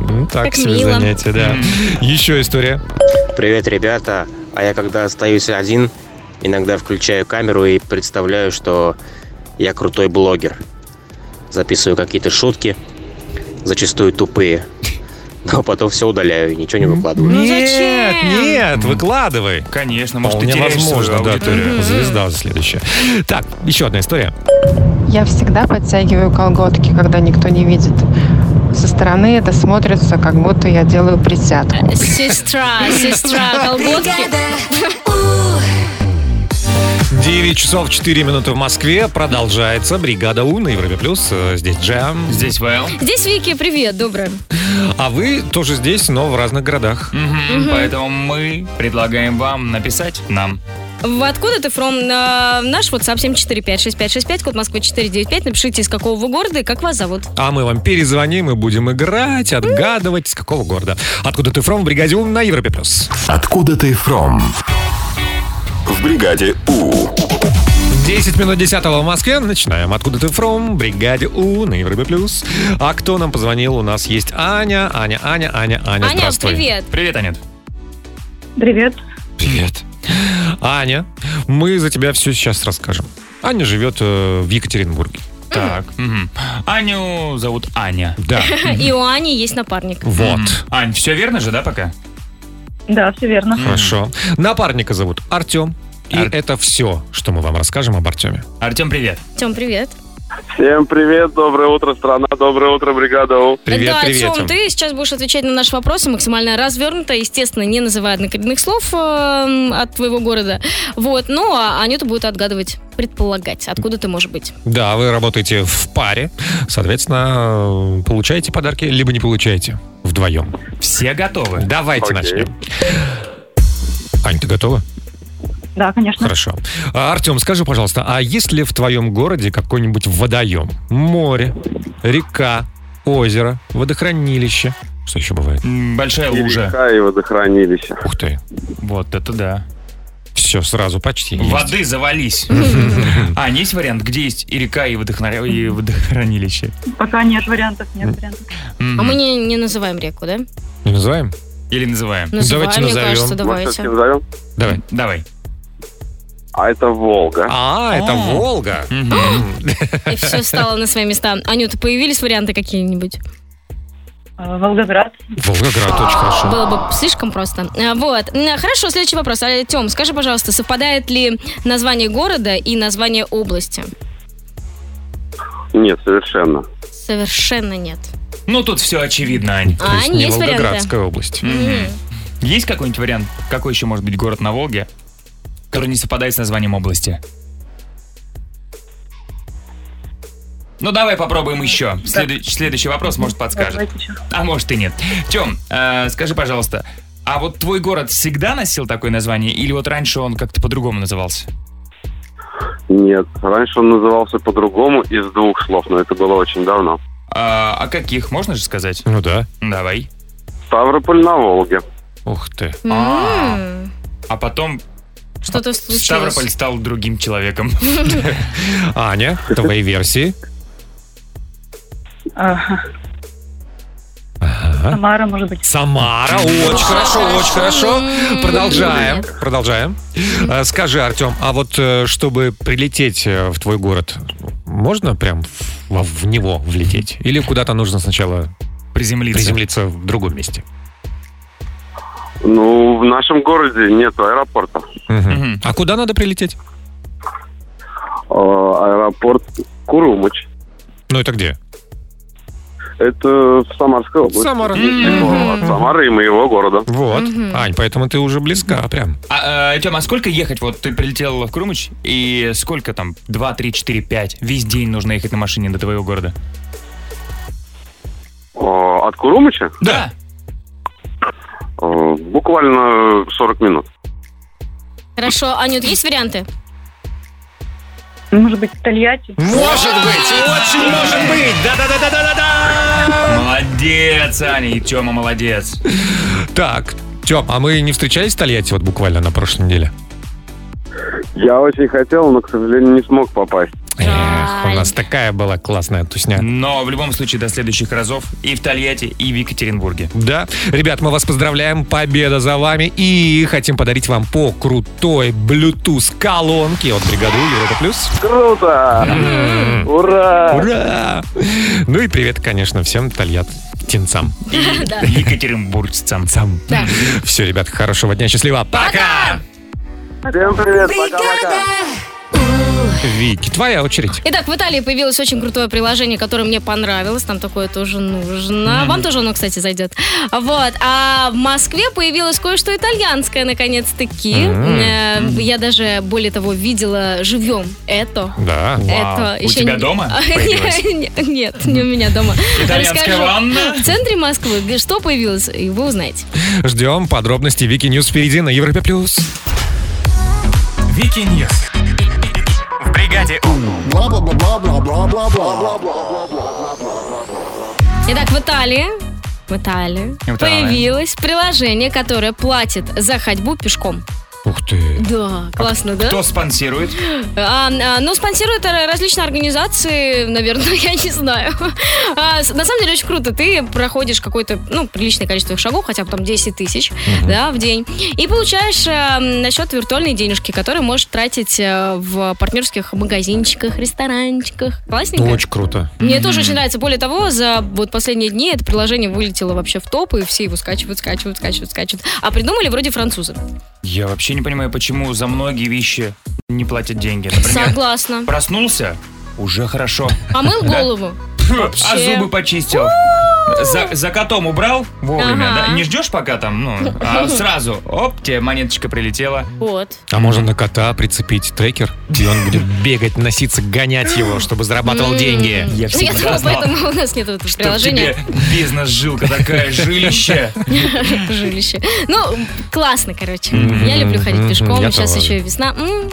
A: Ну, Так
P: Как
A: себе
P: мило.
A: занятие, да. Еще история.
Q: Привет, ребята. А я когда остаюсь один, иногда включаю камеру и представляю, что я крутой блогер. Записываю какие-то шутки, зачастую тупые. Но потом все удаляю и ничего не выкладываю.
A: Нет, нет, выкладывай.
B: Конечно,
A: может,
B: ты теряешь свою
A: возможно, да,
B: аудиторию.
A: ты
B: Мгм.
A: звезда следующая. Так, еще одна история.
R: Я всегда подтягиваю колготки, когда никто не видит. Со стороны это смотрится, как будто я делаю присядку.
C: Сестра, сестра, колготки.
A: 9 часов 4 минуты в Москве. Продолжается бригада У на Европе плюс. Э, Здесь Джем.
B: Здесь Вэл.
C: Здесь Вики, привет, доброе.
A: А вы тоже здесь, но в разных городах.
B: Мгм, Поэтому мы предлагаем вам написать нам
C: В Откуда ты from? Э, Наш WhatsApp 7456565, код Москвы 495. Напишите, из какого вы города и как вас зовут.
A: А мы вам перезвоним и будем играть, отгадывать, с какого города. Откуда ты фром в бригаде У на Европе плюс.
D: Откуда ты фром? В бригаде У.
A: 10 минут 10 в Москве. Начинаем. Откуда ты фром? Бригаде У на Европе плюс. А кто нам позвонил? У нас есть Аня. Аня, Аня, Аня, Аня.
C: Аня,
A: здравствуй.
C: привет.
A: Привет, Аня.
M: Привет.
A: Привет. Аня, мы за тебя все сейчас расскажем. Аня живет э, в Екатеринбурге.
B: Так. мгм. Аню зовут Аня.
A: Да.
C: И у Ани есть напарник.
A: Вот.
B: Ань, все верно же, да, пока?
M: Да, все верно.
A: Хорошо. Напарника зовут Артем. И это все, что мы вам расскажем об Артеме.
B: Артем, привет.
C: Тем, привет.
S: Всем привет, доброе утро, страна, доброе утро, бригада У.
C: да, Артем, ты сейчас будешь отвечать на наши вопросы максимально развернуто, естественно, не называя однокоренных слов эм, от твоего города. Вот, ну, а Анюта будет отгадывать, предполагать, откуда ты можешь быть.
A: Да, вы работаете в паре, соответственно, э, получаете подарки, либо не получаете вдвоем.
B: Все готовы.
A: Давайте начнем. Ань, ты готова?
M: Да, конечно.
A: Хорошо. Артем, скажи, пожалуйста, а есть ли в твоем городе какой-нибудь водоем? Море, река, озеро, водохранилище? Что еще бывает?
B: Большая
S: И
B: лужа.
S: река, и водохранилище.
A: Ух ты.
B: Вот это да.
A: Все, сразу почти. есть.
B: Воды завались. А, есть вариант, где есть и река, и водохра- и водохранилище?
M: Пока нет вариантов, нет вариантов.
C: А мы не, не называем реку, да?
A: Не называем?
B: Или называем?
C: Называем,
A: Давайте
C: мне
A: назовем.
C: кажется, давайте.
S: Все назовем?
A: Давай.
B: Давай.
S: А это Волга.
A: А, это Волга.
C: И все стало на свои места. Анюта, появились варианты какие-нибудь?
M: Волгоград.
A: Волгоград, очень хорошо.
C: Было бы слишком просто. А, Вот. М, Хорошо, следующий вопрос. Артем, скажи, пожалуйста, совпадает ли название города и название области?
S: Нет, совершенно.
C: Совершенно нет.
B: Ну, тут все очевидно, Ань.
C: То А, есть не есть варианты? Волгоградская
A: область.
B: Есть какой-нибудь вариант, какой еще может быть город на Волге, который не совпадает с названием области? Ну, давай попробуем еще. Следу- Следующий вопрос, может, подскажет. А может и нет. Тем, э, скажи, пожалуйста, а вот твой город всегда носил такое название, или вот раньше он как-то по-другому назывался?
S: Нет, раньше он назывался по-другому из двух слов, но это было очень давно.
B: А, о каких можно же сказать?
A: Ну да.
B: Давай.
S: Ставрополь на Волге.
A: Ух ты.
C: М,
B: А потом
C: Что-то случилось.
B: Ставрополь стал другим человеком.
A: Аня, твои версии?
M: Самара, может быть.
A: Самара, очень хорошо, очень хорошо. Продолжаем, продолжаем. Э, Скажи, Артем, а вот э, чтобы прилететь э, в твой город, можно прям в- во- в него влететь? Или куда-то нужно сначала
B: приземлиться,
A: в другом месте?
S: Ну, в нашем городе нет аэропорта.
A: Мгм. А куда надо прилететь?
S: Э, Аэропорт Курумыч.
A: Ну, это где?
S: Это в Самарской области.
A: Самара.
S: Недалеко От Самары и моего города.
A: Вот. Ань, поэтому ты уже близка прям.
B: А, э, Тём, а сколько ехать? Вот ты прилетел в Крумыч, и сколько там? 2, 3, 4, 5. Весь день нужно ехать на машине до твоего города.
S: Э, От Курумыча?
B: Да.
S: Э, Буквально 40 минут.
C: Хорошо, Анют, есть варианты?
M: Может быть, Тольятти.
A: Может быть,
B: очень может быть. Да-да-да-да-да-да. Молодец, Аня, и Тёма молодец.
A: Так, Тем, а мы не встречались в Тольятти вот буквально на прошлой неделе?
S: Я очень хотел, но, к сожалению, не смог попасть.
A: Эх, у нас такая была классная тусня.
B: Но в любом случае до следующих разов и в Тольятти, и в Екатеринбурге.
A: Да. Ребят, мы вас поздравляем. Победа за вами. И хотим подарить вам по крутой Bluetooth колонке от бригады Европа Плюс.
S: Круто! Ура!
A: Ура! Ну и привет, конечно, всем тольяттинцам.
B: И Екатеринбургцам.
A: Все, ребят, хорошего дня, счастливо. А, Пока!
S: Всем привет, пока-пока!
A: Вики, твоя очередь.
C: Итак, в Италии появилось очень крутое приложение, которое мне понравилось. Там такое тоже нужно.
A: Мгм.
C: Вам тоже оно, кстати, зайдет. Вот. А в Москве появилось кое-что итальянское, наконец-таки.
A: М.
C: Э, Я даже, более того, видела живем это.
A: Да.
C: Это
B: У
C: еще
B: тебя
C: не-
B: дома? появилось?
C: Нет, нет, не у меня дома.
B: Итальянская
C: Расскажу.
B: ванна?
C: В центре Москвы. Где- Что появилось, и вы узнаете.
A: Ждем подробности Вики Ньюс впереди на Европе Плюс.
G: Вики Ньюс. В бригаде У.
C: Итак, в Италии, в Италии
A: В Италии.
C: появилось приложение, которое платит за ходьбу пешком.
A: Ух ты.
B: А
C: Да, классно, да?
B: Кто спонсирует?
C: А, а, ну, спонсируют ра- различные организации, наверное, я не знаю. А, с- на самом деле очень круто. Ты проходишь какое-то, ну, приличное количество шагов, хотя бы там 10 тысяч, да, в день. И получаешь а, м, на счет виртуальные денежки, которые можешь тратить а, в партнерских магазинчиках, ресторанчиках. Классненько.
A: Ну, Очень круто.
C: Мне тоже очень нравится. Более того, за вот последние дни это приложение вылетело вообще в топ, и все его скачивают, скачивают, скачивают, скачивают. А придумали вроде французы.
B: Я вообще не понимаю, почему за многие вещи не платят деньги. Например,
C: Согласна.
B: Проснулся? Уже хорошо.
C: Помыл
B: Да.
C: голову?
B: А
C: Вообще.
B: зубы почистил. За, за котом убрал вовремя,
C: Ага.
B: да? Не ждешь пока там, ну, а сразу, оп, тебе монеточка прилетела.
C: Вот.
A: А можно на кота прицепить трекер, и он будет бегать, носиться, гонять его, чтобы зарабатывал
C: М.
A: деньги.
B: Я
C: Ну, я
B: всегда
C: думала,
B: знал.
C: поэтому у нас нет этого
B: Чтоб
C: приложения.
B: тебе бизнес-жилка такая, жилище.
C: Жилище. Ну, классно, короче.
B: Мгм.
C: Я люблю ходить
B: Мгм.
C: пешком.
B: Я
C: Сейчас
B: тоже.
C: еще и весна. М.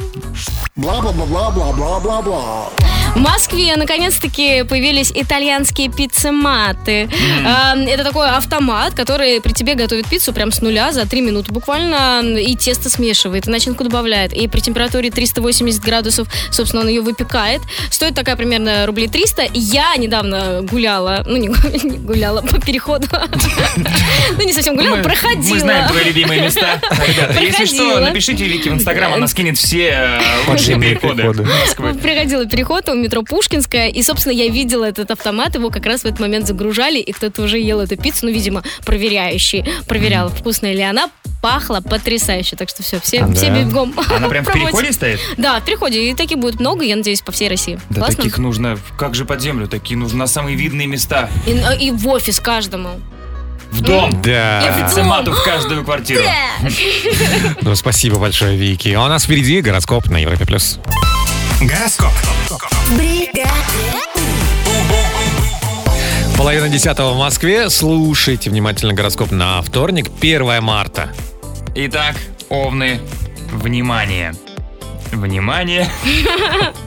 T: Бла-бла-бла-бла-бла-бла-бла.
C: В Москве наконец-таки появились итальянские пиццематы. А, Это такой автомат, который при тебе готовит пиццу прям с нуля за 3 минуты буквально. И тесто смешивает, и начинку добавляет. И при температуре 380 градусов, собственно, он ее выпекает. Стоит такая примерно рублей 300. Я недавно гуляла, ну не гу- не гуляла по переходу. Ну не совсем гуляла, проходила.
B: Мы знаем твои любимые места. Ребята, если что,
C: Проходила.
B: напишите Вики в Инстаграм, она скинет все э, лучшие
A: Подземные
B: переходы
A: переходы.
B: Москвы.
C: Приходила Ну, переход у метро Пушкинская, и, собственно, я видела этот автомат, его как раз в этот момент загружали, и кто-то уже ел эту пиццу, ну, видимо, проверяющий, проверяла, вкусная ли она, пахла потрясающе, так что все, все,
B: Да.
C: все бегом.
B: А Она прям в
C: Пробовать.
B: переходе стоит?
C: Да, в переходе, и таких будет много, я надеюсь, по всей России.
B: Да
C: Классно?
B: таких нужно, как же под землю, такие нужно на самые видные места.
C: И, э, и в офис каждому.
B: В дом.
A: Да.
B: И пиццемату в каждую квартиру.
A: Ну, спасибо большое, Вики. А у нас впереди гороскоп на Европе+. плюс.
G: Гороскоп.
F: Бригада.
A: Половина десятого в Москве. Слушайте внимательно гороскоп на вторник, 1 марта.
B: Итак, овны, внимание. Внимание.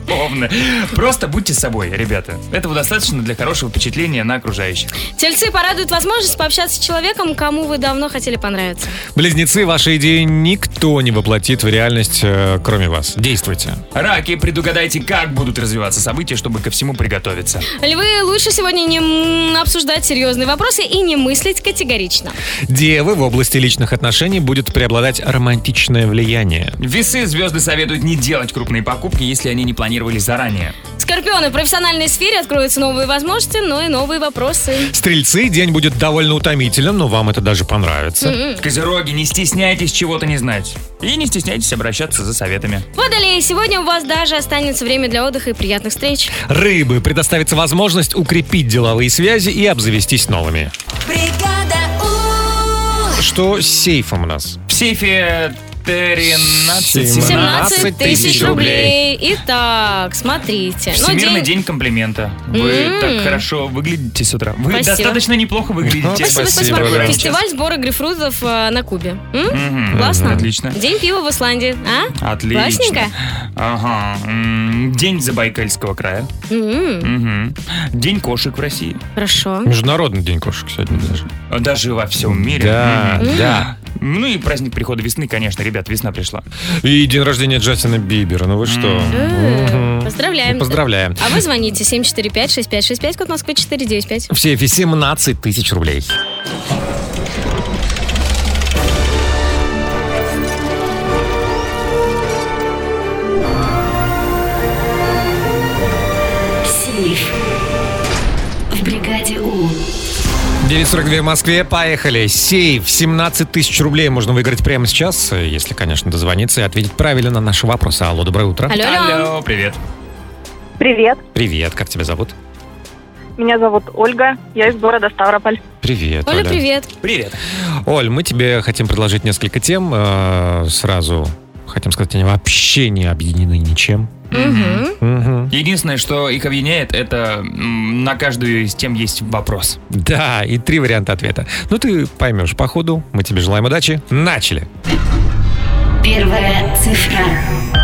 B: Овны. Просто будьте собой, ребята. Этого достаточно для хорошего впечатления на окружающих.
C: Тельцы порадует возможность пообщаться с человеком, кому вы давно хотели понравиться.
A: Близнецы, ваши идеи никто не воплотит в реальность, э, кроме вас. Действуйте.
B: Раки, предугадайте, как будут развиваться события, чтобы ко всему приготовиться.
C: Львы, лучше сегодня не м, обсуждать серьезные вопросы и не мыслить категорично.
A: Девы, в области личных отношений будет преобладать романтичное влияние.
B: Весы звезды советуют не делать крупные покупки, если они не планировались заранее.
C: Скорпионы, в профессиональной сфере откроются новые возможности, но и новые вопросы.
A: Стрельцы, день будет довольно утомительным, но вам это даже понравится.
C: Мгм.
B: Козероги, не стесняйтесь чего-то не знать. И не стесняйтесь обращаться за советами.
C: Водолеи, сегодня у вас даже останется время для отдыха и приятных встреч.
A: Рыбы, предоставится возможность укрепить деловые связи и обзавестись новыми.
F: Бригада У.
A: Что с сейфом у нас?
B: В сейфе 13
A: Семнадцать
C: 17 тысяч рублей. Итак, смотрите. Ну,
B: Всемирный
C: день-
B: день комплимента. Вы
C: М.
B: так хорошо выглядите с утра. Вы
C: Спасибо.
B: достаточно неплохо выглядите.
C: Спасибо, спасибо. Фестиваль сбора грейпфрутов э, на Кубе. М?
B: Мгм.
C: Классно.
B: Отлично.
C: День пива в Исландии. А?
B: Отлично.
C: Классненько?
B: Ага. М, День Забайкальского края.
C: М,
B: Мгм. День кошек в России.
C: Хорошо.
A: Международный день кошек сегодня даже.
B: А Даже во всем мире.
A: Да,
B: Мгм.
A: да.
B: Ну и праздник прихода весны, конечно, ребят, весна пришла.
A: И день рождения Джастина Бибера. Ну вы что?
C: Э,
A: Мгм.
C: Поздравляем.
A: Ну, Поздравляем.
C: А вы звоните 745-6565, код Москвы 495.
A: В сейфе 17 тысяч рублей.
F: Сейф. В бригаде У.
A: 9.42 в Москве. Поехали. Сейф. 17 тысяч рублей можно выиграть прямо сейчас, э, если, конечно, дозвониться и ответить правильно на наши вопросы. Алло, доброе утро.
M: Алло, алло.
B: Алло, привет.
M: Привет,
A: Привет, как тебя зовут?
M: меня зовут Ольга, я из города Ставрополь.
A: Привет, Оля.
B: Привет.
A: Оль, мы тебе хотим предложить несколько тем. э, сразу хотим сказать, они вообще не объединены ничем. Мгм.
B: Единственное, что их объединяет, это м, на каждую из тем есть вопрос.
A: Да, и три варианта ответа. Ну, ты поймешь по ходу. Мы тебе желаем удачи. Начали.
F: Первая цифра.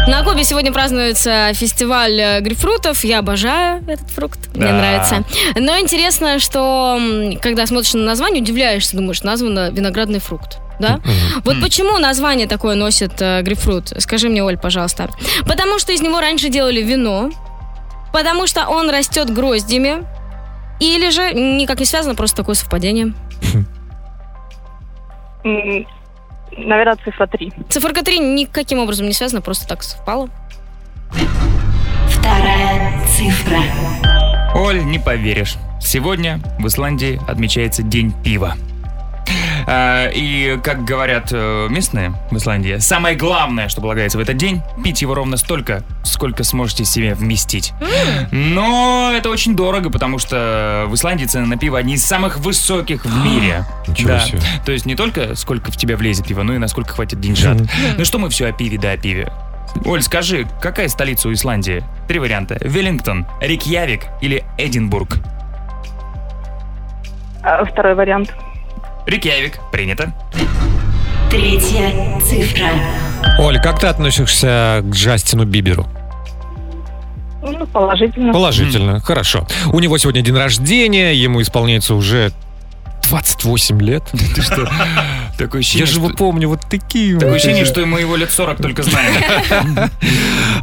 C: На Кубе сегодня празднуется фестиваль э, грейпфрутов. Я обожаю этот фрукт. Мне
F: Да.
C: нравится. Но интересно, что м, когда смотришь на название, удивляешься, думаешь, названо виноградный фрукт. Да? Вот почему название такое носит э, грейпфрут? Скажи мне, Оль, пожалуйста. Потому что из него раньше делали вино, потому что он растет гроздями, или же никак не связано, просто такое совпадение.
M: М, Наверное, цифра 3.
C: Циферка 3 никаким образом не связана, просто так совпало.
F: Вторая цифра.
B: Оль, не поверишь. Сегодня в Исландии отмечается День пива. А, И, как говорят э, местные в Исландии, самое главное, что полагается в этот день, пить его ровно столько, сколько сможете себе вместить. Но это очень дорого, потому что в Исландии цены на пиво одни из самых высоких в мире.
A: Ничего
B: Да.
A: себе.
B: То есть не только сколько в тебя влезет пива, но и насколько хватит деньжат. Ну что мы все о пиве да о пиве. Оль, скажи, какая столица у Исландии? Три варианта. Веллингтон, Рикьявик или Эдинбург?
M: А, Второй вариант.
B: Рикьявик, принято.
F: Третья цифра.
A: Оль, как ты относишься к Джастину Биберу?
M: Ну, положительно.
A: Положительно, хорошо. У него сегодня день рождения, ему исполняется уже 28 лет. Ты что?
B: Такое
A: Я же его помню, вот такие.
B: Такое
A: вот
B: ощущение,
A: эти.
B: что ему его лет 40 только знаем.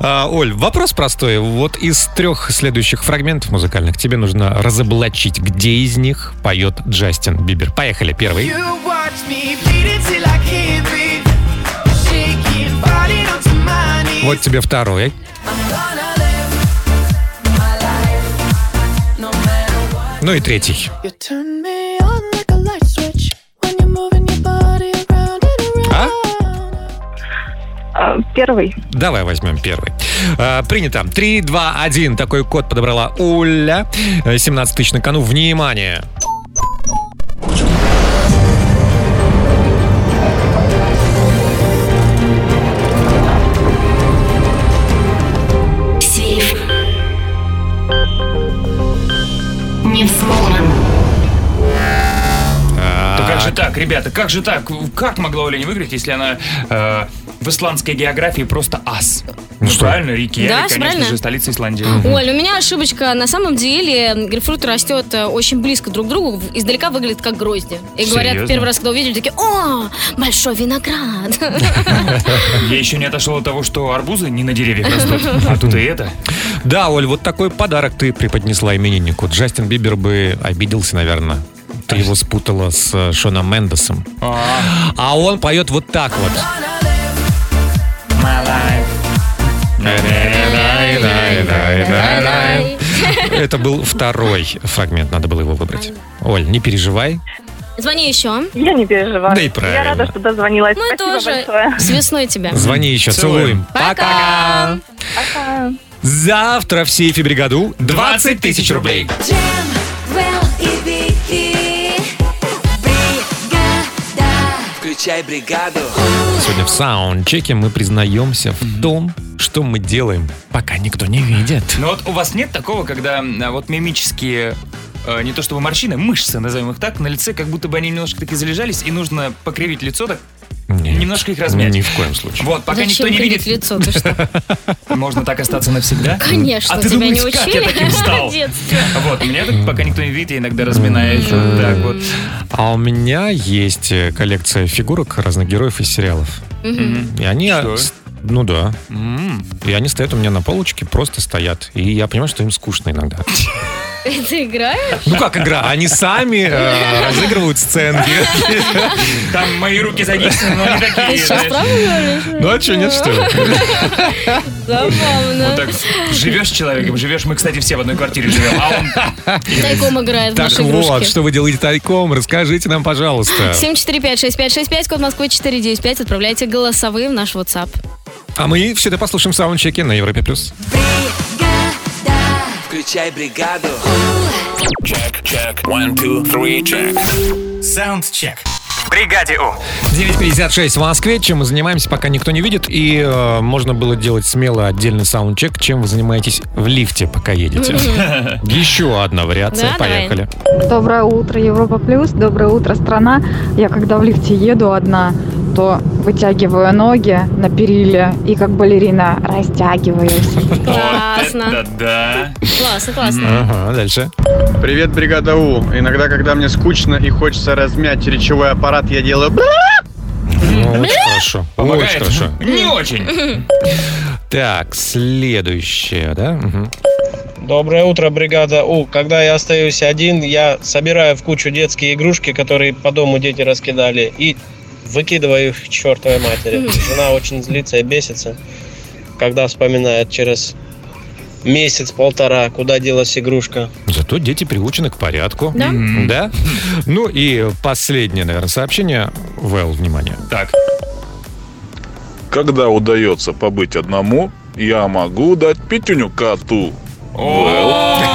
A: А, Оль, вопрос простой. Вот из трех следующих фрагментов музыкальных тебе нужно разоблачить, где из них поет Джастин Бибер. Поехали, первый.
T: You watch me bleed until I can't breathe. Shaking, falling onto my knees.
A: Вот тебе второй. Ну и третий.
T: You turn me on like a light switch when you're moving your body around and
A: А?
M: Первый.
A: Давай возьмем первый. А, принято. 3, 2, 1. Такой код подобрала Уля. Э, 17 тысяч на кону. Внимание.
F: Сейф. Не взломан.
A: А,
B: Да как же так, а ребята, как же так? Как могла Оля не выиграть, если она э, в исландской географии просто ас? Ну, правильно, Рикьявик,
C: Да,
B: конечно
C: правильно.
B: же, столица Исландии.
C: Оль, у меня ошибочка. На самом деле м, грейпфрут растет э, очень близко друг к другу, в- издалека выглядит как грозди. И говорят,
B: Серьезно?
C: первый раз, когда увидели, такие, о, большой виноград.
B: Я еще не отошел от того, что арбузы не на деревьях растут, а тут и это.
A: Да, Оль, вот такой подарок ты преподнесла имениннику. Джастин Бибер бы обиделся, наверное. Ты его спутала с э, Шоном Мендесом. А он поет вот так вот. Это был второй фрагмент, надо было его выбрать. Оль, не переживай.
C: Звони еще.
M: Я не переживаю.
A: Да и правильно.
M: Я рада, что дозвонилась.
C: Мы
M: Спасибо
C: тоже.
M: большое.
C: С весной тебя.
A: Звони еще, целуем.
C: Пока.
A: Завтра в сейфе бригаду 20 тысяч рублей.
F: Джем, Вэл и Вики. Бригада.
G: Включай бригаду.
A: Сегодня в саундчеке мы признаемся в том, что мы делаем, пока никто не видит.
B: Но вот у вас нет такого, когда м, а, вот мимические э, не то чтобы морщины, мышцы, назовем их так, на лице, как будто бы они немножко таки залежались, и нужно покривить лицо так, немножко их размять.
A: Ни в коем случае.
B: Вот, пока
C: Зачем
B: никто не
C: кривить
B: видит,
C: лицо, ты что?
B: можно так остаться навсегда.
C: Конечно,
B: а ты
C: тебя
B: думаешь,
C: не
B: как
C: учили
B: я таким стал?
C: в детстве.
B: Вот, у меня так, пока никто не видит, я иногда разминаюсь вот так вот.
A: А у меня есть э, коллекция фигурок разных героев из сериалов.
B: Мгм.
A: И они...
B: Что?
A: э, с- Ну да.
B: М.
A: И они стоят у меня на полочке, просто стоят. И я понимаю, что им скучно иногда.
C: Ты играешь?
A: Ну как игра? Они сами э, разыгрывают сценки.
B: Там мои руки задействованы, но они
C: Ты
B: такие.
C: сейчас
B: знаешь,
C: правда говоришь?
A: Ну а что, нет что ли?
C: Забавно.
B: Вот так живешь с человеком, живешь. Мы, кстати, все в одной квартире живем, а он
C: Тайком играет в
A: Так
C: наши
A: вот,
C: игрушки.
A: что вы делаете тайком, расскажите нам, пожалуйста.
C: 745-6565, код Москвы 495. Отправляйте голосовые в наш WhatsApp.
A: А мы все это послушаем в саундчеке на Европе+. плюс.
G: Включай бригаду. Чек, чек. One, two, three, чек. Саундчек. Бригаде У.
A: 9.56 в Москве, чем мы занимаемся, пока никто не видит. И э, можно было делать смело отдельный саундчек, чем вы занимаетесь в лифте, пока едете.
U: Мгм.
A: Еще одна вариация.
U: Да, давай.
A: Поехали.
U: Доброе утро, Европа Плюс. Доброе утро, страна. Я когда в лифте еду одна,
E: то вытягиваю ноги на периле и как балерина растягиваюсь.
C: Классно.
B: Да.
C: Классно, классно.
A: Ага, дальше.
V: Привет, бригада У. Иногда, когда мне скучно и хочется размять речевой аппарат, я делаю...
A: Ну, очень хорошо. Очень
B: Помогает?
A: хорошо.
B: Не очень.
A: Так, следующее, да? Мгм.
M: Доброе утро, бригада У. Когда я остаюсь один, я собираю в кучу детские игрушки, которые по дому дети раскидали, и выкидываю их к чертовой матери. Жена очень злится и бесится, когда вспоминает через месяц-полтора, куда делась игрушка.
A: Зато дети приучены к порядку.
M: Да?
A: М, Да? Ну и последнее, наверное, сообщение. Вэл, внимание.
B: Так.
D: Когда удается побыть одному, я могу дать пятюню коту. Well.